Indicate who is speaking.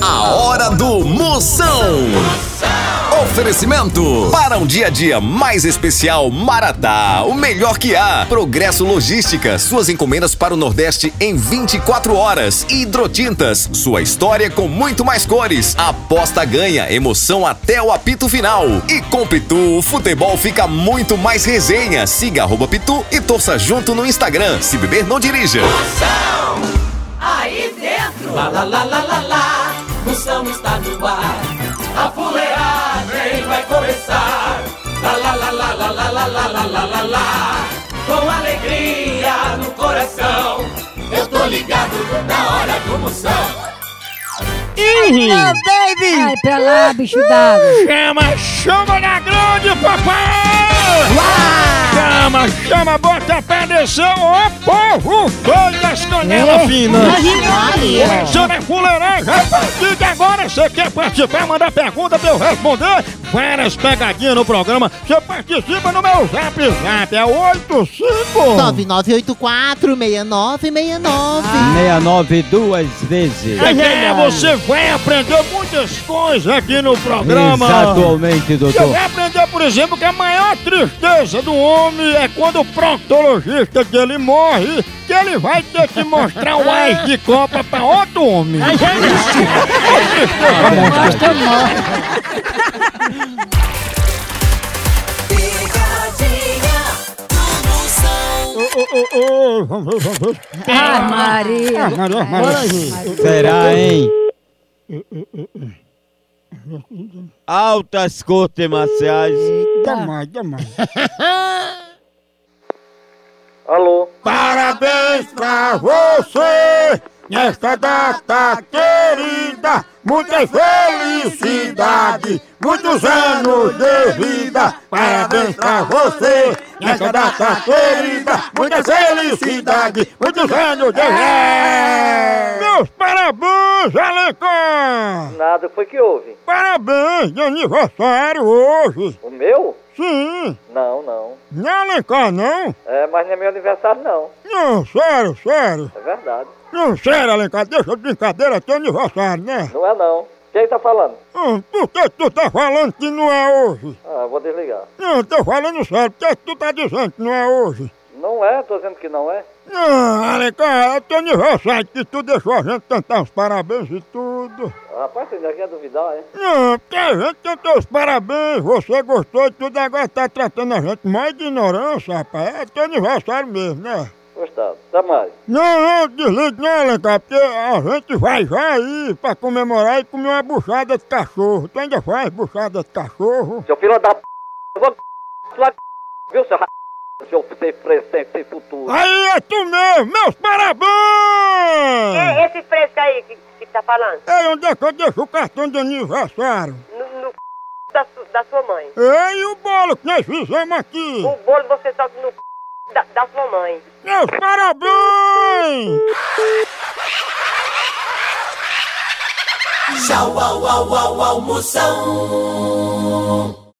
Speaker 1: A hora do Moção. Oferecimento para um dia a dia mais especial Maratá, o melhor que há. Progresso Logística, suas encomendas para o Nordeste em 24 horas. Hidrotintas, sua história com muito mais cores. Aposta ganha, emoção até o apito final. E com Pitu, o futebol fica muito mais resenha. Siga arroba Pitu e torça junto no Instagram. Se beber, não dirija.
Speaker 2: Aí dentro, lá lá lá lá lá lá, Moção está no ar. A fuleagem vai começar. Lá lá lá lá lá lá lá lá lá lá lá lá. Com alegria no coração, eu tô ligado na hora do Moção.
Speaker 3: Vai pra lá, bicho d'água.
Speaker 4: Chama, chama na grande, papai! Chama, chama, bota pra descer, ô povo! Foi das canelas finas! Começando a fuleiragem, a partir de agora você quer participar, mandar pergunta pra eu responder? Várias pegadinhas no programa, você participa no meu zap zap, é 85!
Speaker 5: 9984 6969.
Speaker 6: 69 duas vezes.
Speaker 4: Pequena, É você vai aprender muitas coisas aqui no programa!
Speaker 6: Exatamente,
Speaker 4: Você
Speaker 6: doutor.
Speaker 4: vai aprender, por exemplo, que a maior tristeza do homem é quando o proctologista dele morre, que ele vai ter que mostrar o ás de copa pra outro homem.
Speaker 2: Picadinha do Moção.
Speaker 4: Ô, ô, ô, ô, vamos ver, vamos ver.
Speaker 3: Ah, Maria.
Speaker 4: Ah, Maria, Maria.
Speaker 6: Será, hein? Altas cortes marciais.
Speaker 4: Dá mais, dá mais.
Speaker 7: Alô?
Speaker 4: Parabéns pra você nesta data querida. Muita felicidade, muitos anos de vida. Parabéns pra você nesta data querida. Muita felicidade, muitos anos de vida. Meus parabéns, Alencar!
Speaker 7: Nada, foi que houve?
Speaker 4: Parabéns de aniversário hoje.
Speaker 7: O meu?
Speaker 4: Sim,
Speaker 7: Não, não.
Speaker 4: não é Alencar não.
Speaker 7: É, mas não é meu aniversário, não.
Speaker 4: Não, sério, sério.
Speaker 7: É verdade.
Speaker 4: Não, sério, Alencar, deixa de brincadeira, é teu aniversário, né?
Speaker 7: Não é, não. Quem tá falando?
Speaker 4: Hum, por que tu tá falando que não é hoje?
Speaker 7: Ah, vou desligar.
Speaker 4: Não, tô falando sério, por que tu tá dizendo que não é hoje?
Speaker 7: Não é, tô dizendo que não é.
Speaker 4: Não, Alencar, é teu aniversário que tu deixou a gente cantar os parabéns e tudo.
Speaker 7: Ah, Rapaz, você ainda quer duvidar, hein?
Speaker 4: Não, porque a gente cantou os parabéns, você gostou e tudo, agora tá tratando a gente mais de ignorância, rapaz. É teu aniversário mesmo, né?
Speaker 7: Gustavo, tá mais.
Speaker 4: Não, não, desliga não, Alencar, porque a gente vai já aí pra comemorar e comer uma buchada de cachorro. Tu ainda faz buchada de cachorro?
Speaker 7: Seu filho da p... Eu vou lá, viu, seu ra... Seu sem presente, sem futuro.
Speaker 4: Aí é tu mesmo, meus parabéns!
Speaker 8: É esse fresco aí que, que tá falando?
Speaker 4: Ei, onde é que eu deixo o cartão de aniversário?
Speaker 8: No, no c... da, su- da sua mãe.
Speaker 4: Ei, e o bolo que nós fizemos aqui?
Speaker 8: O bolo você solta no c... da, da sua mãe.
Speaker 4: Meus parabéns!
Speaker 2: Tchau, au, au, au, au, Moção.